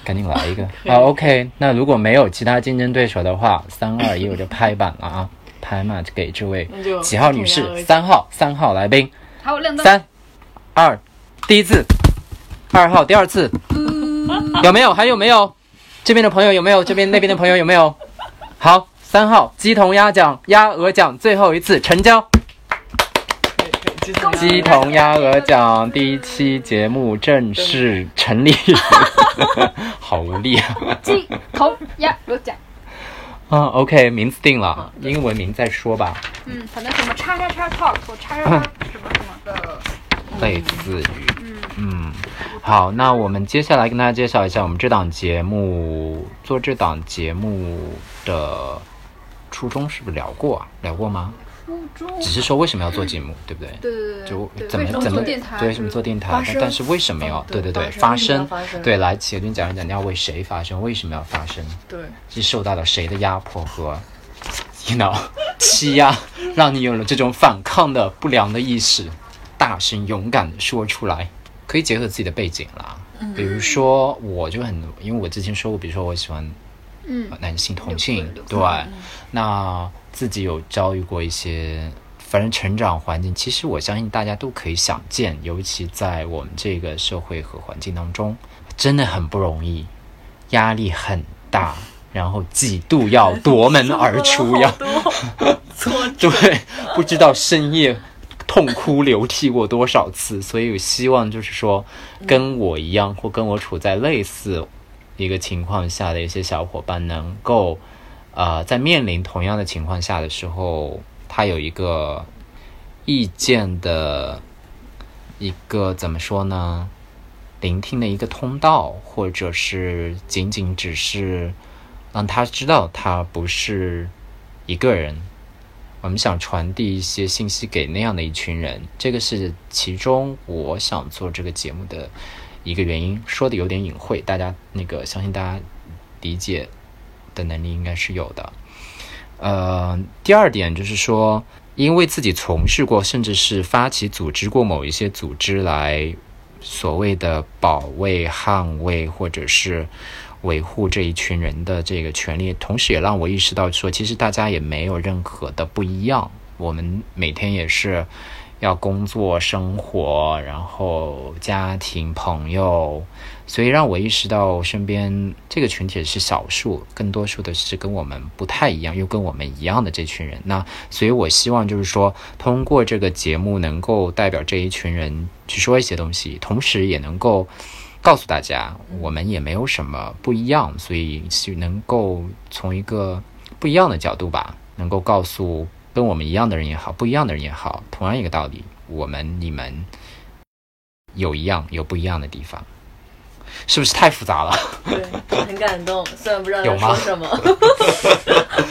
[SPEAKER 1] 赶紧来一 个啊！OK，那如果没有其他竞争对手的话，三二一我就拍板了啊！拍嘛，给这位
[SPEAKER 3] 那就
[SPEAKER 1] 几号女
[SPEAKER 3] 同样而
[SPEAKER 1] 士，
[SPEAKER 3] 已
[SPEAKER 1] 三号，三号来宾，
[SPEAKER 2] 还有亮灯，
[SPEAKER 1] 三二，第一次，二号，第二次，有没有？还有没有？这边的朋友有没有？这边那边的朋友有没有？好，三号鸡同鸭讲，鸭鹅讲，最后一次成交。
[SPEAKER 3] 可以可以，鸡同鸭
[SPEAKER 1] 鸡同鸭鹅奖第一期节目正式成立， 好无力啊！
[SPEAKER 2] 鸡同鸭鹅讲，
[SPEAKER 1] 啊，OK，名字定了，英文名再说吧，
[SPEAKER 2] 嗯，反正什么叉叉叉 talk 或叉叉叉什么什么的，
[SPEAKER 1] 类似于。
[SPEAKER 2] 嗯，
[SPEAKER 1] 嗯，好，那我们接下来跟大家介绍一下我们这档节目做这档节目的初衷，是不是聊过啊？聊过吗？
[SPEAKER 2] 初中，
[SPEAKER 1] 只是说为什么要做节目，对不对？
[SPEAKER 2] 对嗯对
[SPEAKER 1] 就
[SPEAKER 2] 对，
[SPEAKER 1] 怎
[SPEAKER 2] 对，为什
[SPEAKER 1] 么
[SPEAKER 2] 么
[SPEAKER 1] 怎
[SPEAKER 2] 做
[SPEAKER 1] 么
[SPEAKER 2] 电台？
[SPEAKER 1] 对为什么做电台
[SPEAKER 3] 发？
[SPEAKER 1] 但
[SPEAKER 3] 声
[SPEAKER 1] 但是为什么要
[SPEAKER 3] 哦
[SPEAKER 1] 对
[SPEAKER 3] 对
[SPEAKER 1] 对
[SPEAKER 3] 发
[SPEAKER 1] 发
[SPEAKER 3] 声
[SPEAKER 1] 声
[SPEAKER 3] 为什么要发声
[SPEAKER 1] 对来起跟讲一讲，你要为谁发声？为什么要发声？
[SPEAKER 3] 对，
[SPEAKER 1] 是受到了谁的压迫和，you know 欺压，让你有了这种反抗的不良的意识，大声勇敢的说出来，可以结合自己的背景啦。比如说，我就很，因为我之前说过，比如说我喜欢
[SPEAKER 2] 嗯
[SPEAKER 1] 呃，男性同性
[SPEAKER 2] 六，
[SPEAKER 1] 对，那自己有遭遇过一些，反正成长环境，其实我相信大家都可以想见，尤其在我们这个社会和环境当中，真的很不容易，压力很大，然后几度要夺门而 出，要
[SPEAKER 3] 说了好多挫 折，
[SPEAKER 1] 对，不知道深夜痛哭流涕过多少次， 所以我希望就是说，跟我一样或跟我处在类似一个情况下的一些小伙伴，能够呃在面临同样的情况下的时候，他有一个意见的一个呃怎么说呢？聆听的一个通道，或者是仅仅只是让他知道他不是一个人，我们想传递一些信息给那样的一群人，这个是其中我想做这个节目的一个原因。说的有点隐晦，大家那个相信大家理解的能力应该是有的。呃，第二点就是说，因为自己从事过，甚至是发起组织过某一些组织来所谓的保卫、捍卫，或者是维护这一群人的这个权利，同时也让我意识到说，其实大家也没有任何的不一样，我们每天也是要工作、生活，然后家庭、朋友，所以让我意识到身边这个群体是少数，更多数的是跟我们不太一样，又跟我们一样的这群人。那所以，我希望就是说，通过这个节目能够代表这一群人去说一些东西，同时也能够告诉大家，我们也没有什么不一样，所以是能够从一个不一样的角度吧，能够告诉跟我们一样的人也好，不一样的人也好，同样一个道理，我们你们有一样有不一样的地 方，是不是太复杂了？
[SPEAKER 3] 对，很感动，虽然不知道
[SPEAKER 1] 有
[SPEAKER 3] 在
[SPEAKER 1] 吗
[SPEAKER 3] 说什么。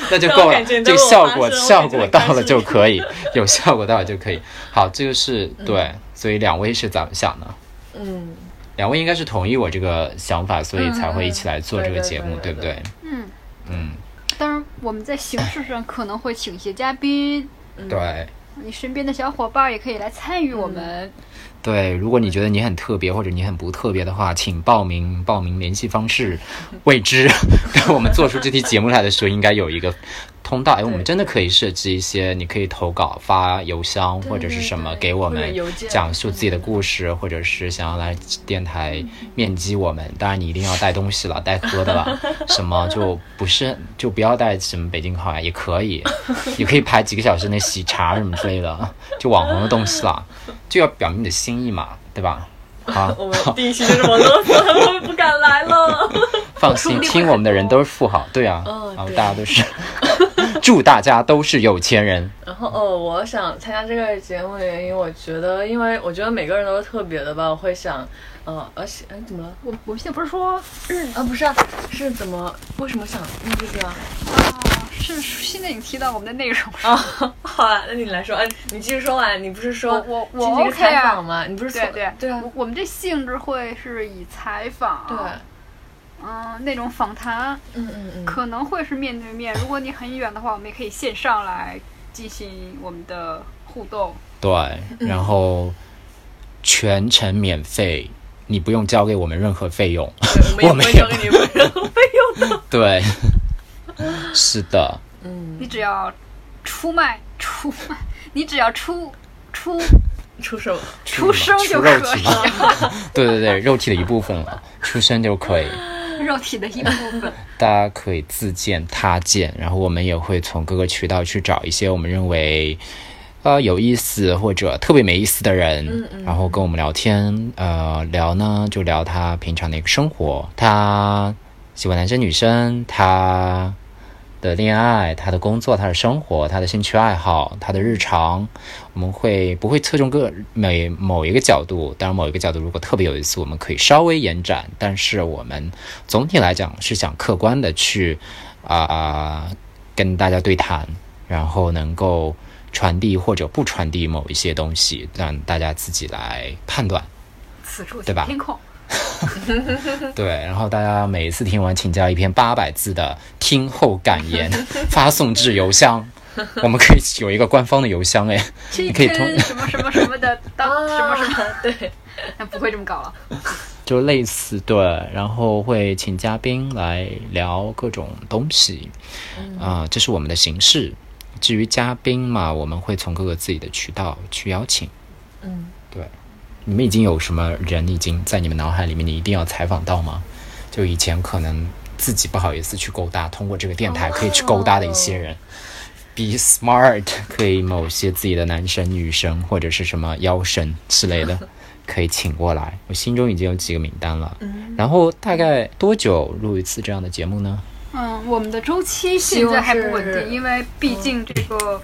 [SPEAKER 1] 那就够
[SPEAKER 3] 让我
[SPEAKER 1] 了，
[SPEAKER 3] 感觉
[SPEAKER 1] 这个
[SPEAKER 3] 到我
[SPEAKER 1] 效
[SPEAKER 3] 发
[SPEAKER 1] 果
[SPEAKER 3] 生
[SPEAKER 1] 效
[SPEAKER 3] 了我
[SPEAKER 1] 果
[SPEAKER 3] 感觉
[SPEAKER 1] 到了
[SPEAKER 3] 发生
[SPEAKER 1] 就
[SPEAKER 3] 了
[SPEAKER 1] 可以，有效果到了就可以。好，这就是对，所以两位是咋想的？
[SPEAKER 3] 嗯，
[SPEAKER 1] 两位应该是同意我这个想法，所以才会一起来做
[SPEAKER 3] 嗯
[SPEAKER 1] 这个
[SPEAKER 3] 对对
[SPEAKER 1] 节目，
[SPEAKER 3] 对对
[SPEAKER 1] 不对？
[SPEAKER 2] 嗯，
[SPEAKER 1] 嗯，
[SPEAKER 2] 当然我们在形式上可能会请一些嘉宾，
[SPEAKER 3] 嗯
[SPEAKER 1] 对
[SPEAKER 2] 你身边的小伙伴也可以来参与我
[SPEAKER 1] 嗯
[SPEAKER 2] 们，
[SPEAKER 1] 对。如果你觉得你很特别或者你很不特别的话，请报名，报名联系方式未 知。当我们做出这期节目来的时候，应该有一个通道。哎，我们
[SPEAKER 3] 对
[SPEAKER 1] 真的可以设置一些，你可以投稿发邮箱
[SPEAKER 3] 对
[SPEAKER 1] 或者是
[SPEAKER 3] 对
[SPEAKER 1] 什么
[SPEAKER 3] 对
[SPEAKER 1] 给我
[SPEAKER 3] 或者
[SPEAKER 1] 们
[SPEAKER 3] 邮件，
[SPEAKER 1] 讲述自己的故事，或者是想要来电台面基我们。当然，你一定要带东西了，带喝的了，什么就不是就不要带什么北京烤鸭也可以，也可以排几个小时内喜茶什么之类的，就网红的东西了，就要表明你的心意嘛，对 吧？好
[SPEAKER 3] 我们第一期就这么啰嗦，他们不敢来了。
[SPEAKER 1] 放心，听我们的人都是富豪，对啊，
[SPEAKER 3] 哦
[SPEAKER 1] 然后
[SPEAKER 3] 对
[SPEAKER 1] 大家都 是，祝大家都是有钱人。
[SPEAKER 3] 然后哦，我想参加这个节目的原因，我觉得，因为我觉得每个人都是特别的吧，我会想，嗯，而且哎，怎么了？
[SPEAKER 2] 我我们现在不是说
[SPEAKER 3] 啊，不是啊，是怎么为什么想录这个啊？
[SPEAKER 2] 啊，是现在你提到我们的内容了。
[SPEAKER 3] 啊， 好啊，那你来说，哎，你继续说完，你不是说
[SPEAKER 2] 我我我
[SPEAKER 3] 进行
[SPEAKER 2] OK
[SPEAKER 3] 采
[SPEAKER 2] 啊
[SPEAKER 3] 访吗？你不是说
[SPEAKER 2] 对对
[SPEAKER 3] 对啊
[SPEAKER 2] 我我们这性质会是以采访，
[SPEAKER 3] 对，啊
[SPEAKER 2] 嗯、那种访谈
[SPEAKER 3] 嗯嗯嗯，
[SPEAKER 2] 可能会是面对面。如果你很远的话，我们也可以线上来进行我们的互动。嗯
[SPEAKER 1] 对，然后全程免费，你不用交给我们任何费用。
[SPEAKER 3] 对，我们也不会
[SPEAKER 1] 我
[SPEAKER 3] 交给你 们任何费用的。
[SPEAKER 1] 对，是的，
[SPEAKER 3] 嗯，
[SPEAKER 2] 你只要出卖出卖，你只要出出
[SPEAKER 3] 出手
[SPEAKER 2] 出声
[SPEAKER 1] 出
[SPEAKER 2] 就
[SPEAKER 1] 肉
[SPEAKER 2] 可
[SPEAKER 1] 体
[SPEAKER 2] 以，
[SPEAKER 1] 对对对，肉体的一部分了，出生就可以。
[SPEAKER 2] 肉体的一部分。
[SPEAKER 1] 大家可以自荐、他荐，然后我们也会从各个渠道去找一些我们认为呃有意思或者特别没意思的人，
[SPEAKER 3] 嗯嗯
[SPEAKER 1] 然后跟我们聊天。呃，聊呢就聊他平常的一个生活，他喜欢男生女生，他的恋爱、他的工作、他的生活、他的兴趣爱好、他的日常。我们会不会侧重个每某一个角度？当然，某一个角度如果特别有意思，我们可以稍微延展，但是我们总体来讲是想客观的去啊、跟大家对谈，然后能够传递或者不传递某一些东西，让大家自己来判断。
[SPEAKER 2] 此处
[SPEAKER 1] 对吧
[SPEAKER 2] 请听空，
[SPEAKER 1] 对，然后大家每一次听完，请加一篇八百字的听后感言，发送至邮箱。我们可以有一个官方的邮箱哎，
[SPEAKER 2] 这
[SPEAKER 1] 你可以通
[SPEAKER 2] 跟什么什么什 么的当
[SPEAKER 3] 啊
[SPEAKER 2] 什么什么，
[SPEAKER 3] 么？对，
[SPEAKER 2] 那不会这么搞了。
[SPEAKER 1] 就类似对，然后会请嘉宾来聊各种东西，啊、这是我们的形式。至于嘉宾嘛，我们会从各个自己的渠道去邀请。
[SPEAKER 3] 嗯，
[SPEAKER 1] 对，你们已经有什么人已经在你们脑海里面，你一定要采访到吗？就以前可能自己不好意思去勾搭，通过这个电台可以去勾搭的一些人。Be smart，可以某些自己的男神、女神或者是什么妖神之类 的，可以请过来。我心中已经有几个名单了。然后大概多久录一次这样的节目呢？
[SPEAKER 2] 嗯，我们的周期
[SPEAKER 3] 希
[SPEAKER 2] 现
[SPEAKER 3] 望
[SPEAKER 2] 在还不稳
[SPEAKER 3] 是
[SPEAKER 2] 定，因为毕竟这个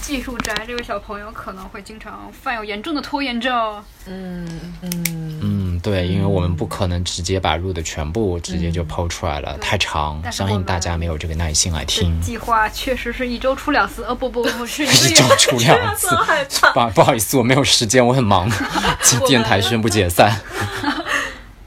[SPEAKER 2] 技术宅这位小朋友可能会经常犯有严重的拖延症。
[SPEAKER 3] 嗯嗯，
[SPEAKER 1] 嗯，对，因为我们不可能直接把录的全部直接就抛出来了，太长，
[SPEAKER 2] 嗯但是
[SPEAKER 1] 相
[SPEAKER 2] 我
[SPEAKER 1] 信
[SPEAKER 2] 们
[SPEAKER 1] 大家没有这个耐心来
[SPEAKER 2] 这
[SPEAKER 1] 听。
[SPEAKER 2] 计划确实是一周出两次，呃、不不 不是一个
[SPEAKER 1] 一
[SPEAKER 2] 月
[SPEAKER 1] 周出两次， 不不好意思，我没有时间，我很 忙。电台宣布解散，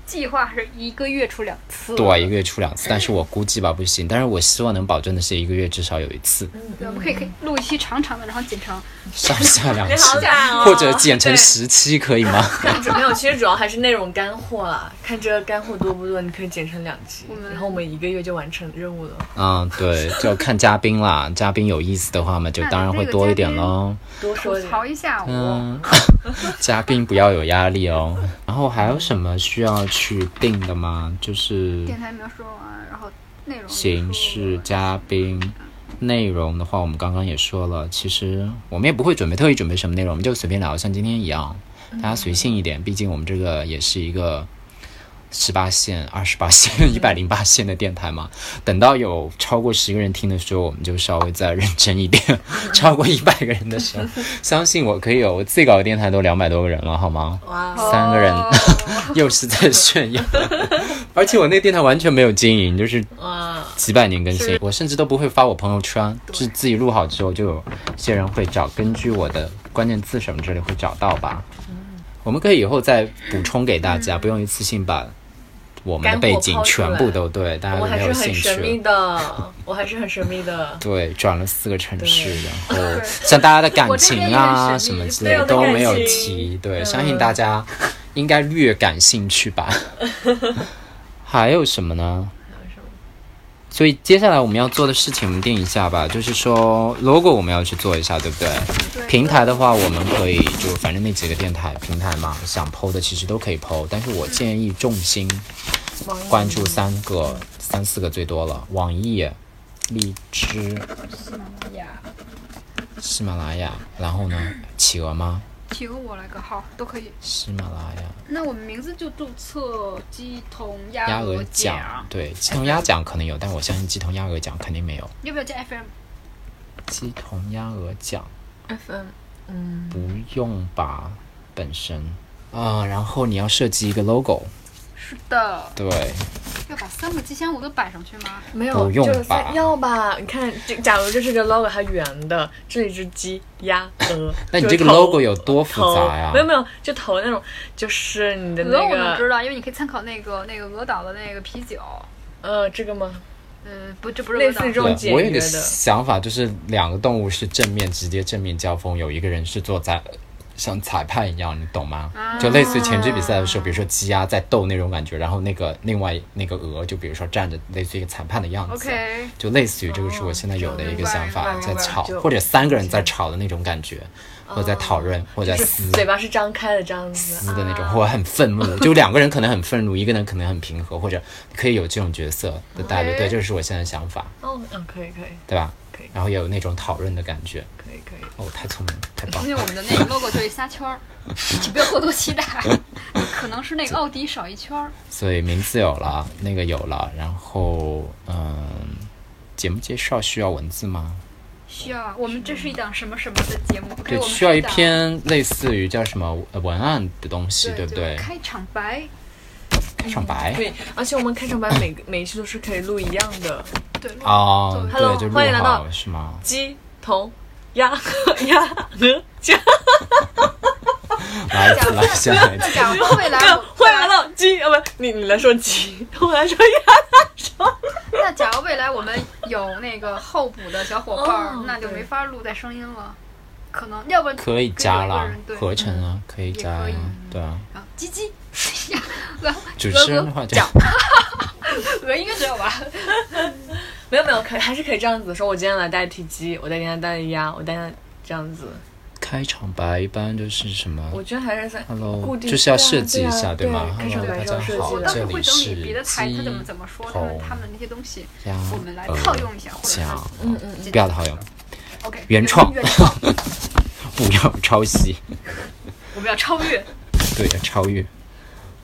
[SPEAKER 2] 计划是一个月出两次。
[SPEAKER 1] 对，啊一个月出两次，但是我估计吧不行，但是我希望能保证的是一个月至少有一次，
[SPEAKER 2] 对，我们可以可以录一期长长的，然后剪成
[SPEAKER 1] 上下两
[SPEAKER 3] 你好
[SPEAKER 1] 期，
[SPEAKER 3] 赶哦，
[SPEAKER 1] 或者剪成
[SPEAKER 2] 对
[SPEAKER 1] 十期可以吗？
[SPEAKER 3] 看着没有，其实主要还是内容干货啦，看这个干货多不多，你可以剪成两集
[SPEAKER 2] 们，
[SPEAKER 3] 然后我们一个月就完成任务了，
[SPEAKER 1] 嗯，对，就看嘉宾啦，嘉宾有意思的话嘛，就当然会多一点喽。
[SPEAKER 3] 多说
[SPEAKER 2] 吐
[SPEAKER 3] 点。
[SPEAKER 2] 槽一下我。
[SPEAKER 1] 嗯， 嘉宾不要有压力哦。然后还有什么需要去定的吗？就是
[SPEAKER 2] 电台没有说完，然后内容
[SPEAKER 1] 形式、
[SPEAKER 2] 加
[SPEAKER 1] 嘉宾、内容的话，我们刚刚也说了，其实我们也不会准备特意准备什么内容，我们就随便聊，像今天一样，大家随性一点。毕竟我们这个也是一个十八线、二十八线、一百零八线的电台嘛。等到有超过十个人听的时候，我们就稍微再认真一点。超过一百个人的时候，相信我可以有，我自己搞的电台都两百多个人了，好吗？
[SPEAKER 3] 哇，
[SPEAKER 1] 三个人 又是在炫耀，而且我那个电台完全没有经营，就是
[SPEAKER 3] 哇，
[SPEAKER 1] 几百年更新，我甚至都不会发我朋友圈，是自己录好之后，就有些人会找，根据我的关键字什么之类会找到吧。我们可以以后再补充给大家，不用一次性把我们的背景全部都对，大家
[SPEAKER 3] 我
[SPEAKER 1] 都
[SPEAKER 3] 还
[SPEAKER 1] 没
[SPEAKER 3] 是
[SPEAKER 1] 有
[SPEAKER 3] 很
[SPEAKER 1] 兴
[SPEAKER 3] 神秘
[SPEAKER 1] 趣。
[SPEAKER 3] 的，我还是很神秘的。
[SPEAKER 1] 对，转了四个城市，然后像大家的感情啊
[SPEAKER 2] 我这
[SPEAKER 1] 什
[SPEAKER 2] 边
[SPEAKER 1] 么
[SPEAKER 2] 也很神秘
[SPEAKER 1] 之类的
[SPEAKER 3] 对
[SPEAKER 1] 都
[SPEAKER 3] 我的感情
[SPEAKER 1] 没有提，对，相信大家应该略感兴趣吧。还有什么呢？所以接下来我们要做的事情，我们定一下吧，就是说 logo 我们要去做一下，对不对？平台的话，我们可以就反正那几个电台平台嘛，想 PO 的其实都可以 PO，但是我建议重心关注三个、三四个最多了，网易、荔枝、
[SPEAKER 2] 呀，
[SPEAKER 1] 喜马拉雅，然后呢，企鹅吗？
[SPEAKER 2] 企鹅我来个号都可以。
[SPEAKER 1] 喜马拉雅
[SPEAKER 2] 那我们名字就注册鸡同
[SPEAKER 1] 鸭
[SPEAKER 2] 鸭
[SPEAKER 1] 鹅
[SPEAKER 2] 鹅
[SPEAKER 1] 奖，，对，鸡同鸭奖可能有，但我相信鸡同鸭鹅奖肯定没有。
[SPEAKER 2] 要不要加 FM？
[SPEAKER 1] 鸡同鸭鹅奖
[SPEAKER 3] FM，嗯，
[SPEAKER 1] 不用吧，本身呃，然后你要设计一个 logo，
[SPEAKER 2] 是的，
[SPEAKER 1] 对，
[SPEAKER 2] 要把三个吉祥物都摆上去吗？
[SPEAKER 3] 没
[SPEAKER 1] 不
[SPEAKER 3] 有，
[SPEAKER 1] 用
[SPEAKER 3] 就是
[SPEAKER 1] 吧
[SPEAKER 3] 三要吧？你看，这假如这是个 logo，它圆的，这里是鸡、鸭、鹅
[SPEAKER 1] 。那你
[SPEAKER 3] 就
[SPEAKER 1] 这个
[SPEAKER 3] 头
[SPEAKER 1] logo 有多复
[SPEAKER 3] 头
[SPEAKER 1] 杂呀
[SPEAKER 3] 没有没有，就头那种，就是你的
[SPEAKER 2] 鹅我
[SPEAKER 3] 那
[SPEAKER 2] 们
[SPEAKER 3] 个，
[SPEAKER 2] 知道，因为你可以参考那个那个鹅岛的那个啤酒，
[SPEAKER 3] 呃，这个吗？
[SPEAKER 2] 嗯，不，这不是
[SPEAKER 3] 类
[SPEAKER 2] 鹅
[SPEAKER 3] 似
[SPEAKER 2] 岛，
[SPEAKER 3] 这种
[SPEAKER 1] 对
[SPEAKER 3] 简
[SPEAKER 1] 我有一
[SPEAKER 3] 约
[SPEAKER 1] 个
[SPEAKER 3] 的
[SPEAKER 1] 想法，就是两个动物是正面直接正面交锋，有一个人是坐在像裁判一样，你懂吗？
[SPEAKER 3] 啊
[SPEAKER 1] 就类似于前置比赛的时候，比如说鸡鸭在斗那种感觉，然后那个另外那个鹅就比如说站着类似于一个裁判的样子
[SPEAKER 2] OK
[SPEAKER 1] 就类似于这个是我现在有的一个想法，
[SPEAKER 3] 哦明白
[SPEAKER 1] 在
[SPEAKER 3] 明白
[SPEAKER 1] 吵
[SPEAKER 3] 就
[SPEAKER 1] 或者三个人在吵的那种感觉，或者在讨论或者在
[SPEAKER 3] 就是
[SPEAKER 1] 撕。
[SPEAKER 3] 嘴巴是张开的这样子。啊
[SPEAKER 1] 撕的那种，或者很愤怒，就两个人可能很愤怒，一个人可能很平和，或者可以有这种角色的带入。对，这是我现在的想法，
[SPEAKER 3] 哦，嗯，可以可以
[SPEAKER 1] 对吧
[SPEAKER 3] 可以？
[SPEAKER 1] 然后也有那种讨论的感觉。
[SPEAKER 3] 可以可以。
[SPEAKER 1] 哦，太聪明了，太棒
[SPEAKER 2] 因为
[SPEAKER 1] 了！
[SPEAKER 2] 我们的那个 logo 就是仨 圈儿，你不要过多期待，可能是那个奥迪少一圈儿。
[SPEAKER 1] 所以名字有了，那个有了，然后嗯，节目介绍需要文字吗？
[SPEAKER 2] 需要啊，我们这是一档什么什么的节目？OK，
[SPEAKER 1] 对，
[SPEAKER 2] 我们
[SPEAKER 1] 需要
[SPEAKER 2] 是
[SPEAKER 1] 一
[SPEAKER 2] 档
[SPEAKER 1] 篇类似于叫什么呃文案的东西，对不
[SPEAKER 2] 就
[SPEAKER 1] 对？
[SPEAKER 2] 开场白，
[SPEAKER 1] 开场白
[SPEAKER 3] 对，而且我们开场白每每一期都是可以录一样的，
[SPEAKER 2] 对，录
[SPEAKER 1] 哦，
[SPEAKER 2] 对
[SPEAKER 1] 对，就
[SPEAKER 3] Hello，
[SPEAKER 1] 录
[SPEAKER 3] 欢迎来到
[SPEAKER 1] 好是吗？
[SPEAKER 3] 鸡、头、鸭、 鸭、鹅、鸡。
[SPEAKER 1] 来，来，下来，
[SPEAKER 2] 讲到未来
[SPEAKER 3] 没有，
[SPEAKER 2] 我，
[SPEAKER 3] 欢迎来到鸡啊，不，你你来说鸡， 我来说鸭。
[SPEAKER 2] 那假如未来我们有那个候补的小伙伴儿
[SPEAKER 3] 哦，
[SPEAKER 2] 那就
[SPEAKER 3] 对
[SPEAKER 2] 没法录带声音了，可能要不然
[SPEAKER 1] 可以加啦
[SPEAKER 2] 跟有一个人，对
[SPEAKER 1] 合成啊，可以加
[SPEAKER 2] 也可以
[SPEAKER 1] 啊，对啊。
[SPEAKER 2] 啊，鸡鸡，鹅
[SPEAKER 1] 主持人的话就
[SPEAKER 2] 鹅应该知道吧？
[SPEAKER 3] 没有没有，可以还是可以这样子说，我今天来代替鸡，我今天来代替鸭，我今天这样子，
[SPEAKER 1] 开场白一般就是什么
[SPEAKER 3] 我觉得还是在
[SPEAKER 1] “hello”，
[SPEAKER 3] 固定
[SPEAKER 1] 就是要设计一下，
[SPEAKER 3] 对
[SPEAKER 1] 吗
[SPEAKER 3] 啊对啊
[SPEAKER 1] ？“hello，大嗯家
[SPEAKER 3] 开场白是要
[SPEAKER 1] 好
[SPEAKER 3] 设
[SPEAKER 2] 我
[SPEAKER 3] 计，
[SPEAKER 2] 到
[SPEAKER 3] 的
[SPEAKER 2] 时
[SPEAKER 1] 这
[SPEAKER 2] 候会
[SPEAKER 1] 里
[SPEAKER 2] 等你别的台
[SPEAKER 1] 是
[SPEAKER 2] 他怎么
[SPEAKER 1] 鸡
[SPEAKER 2] 怎么说，他
[SPEAKER 1] 头
[SPEAKER 2] 们他们的那些东西，
[SPEAKER 1] 鸭
[SPEAKER 2] 我们来
[SPEAKER 1] 鹅
[SPEAKER 2] 套用一下，或者
[SPEAKER 1] 酱
[SPEAKER 2] 是，
[SPEAKER 1] 嗯
[SPEAKER 3] 嗯
[SPEAKER 1] 不要套用，
[SPEAKER 2] OK
[SPEAKER 1] 原创
[SPEAKER 2] 原创，
[SPEAKER 1] 不要抄袭，
[SPEAKER 2] 我们要超 越，
[SPEAKER 1] 对，要超越。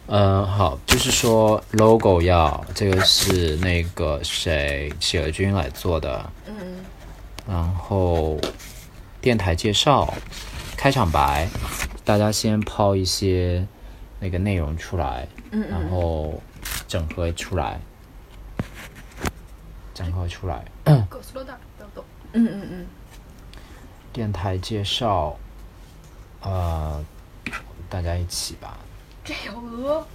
[SPEAKER 1] 呃，好，就是说 logo 要这个是那个谁企鹅君来做的，嗯，然后电台介绍、开场白，大家先抛一些那个内容出来，嗯然后整合出来，整合出来，
[SPEAKER 2] 狗塑料袋不要动。
[SPEAKER 3] 嗯嗯嗯，
[SPEAKER 1] 电台介绍，呃，大家一起吧，
[SPEAKER 2] 这有哎鹅，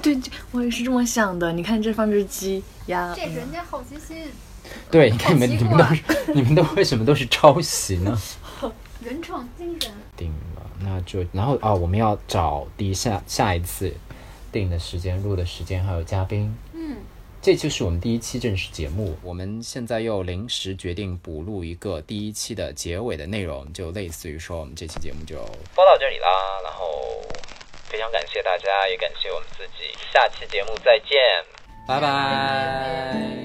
[SPEAKER 3] 对，这我也是这么想的。你看这放只鸡、鸭，
[SPEAKER 2] 这人家好奇心，
[SPEAKER 1] 对，你看你
[SPEAKER 2] 好
[SPEAKER 1] 们
[SPEAKER 2] 奇
[SPEAKER 1] 你们都是 你们都为什么都是抄袭呢？
[SPEAKER 2] 原创精神。
[SPEAKER 1] 定了，那就然后啊、我们要找第一下下一次定的时间、录的时间还有嘉宾，
[SPEAKER 2] 嗯，
[SPEAKER 1] 这就是我们第一期正式节目。我们现在又临时决定补录一个第一期的结尾的内容，就类似于说我们这期节目就播到这里啦。然后非常感谢大家，也感谢我们自己，下期节目再见，拜拜。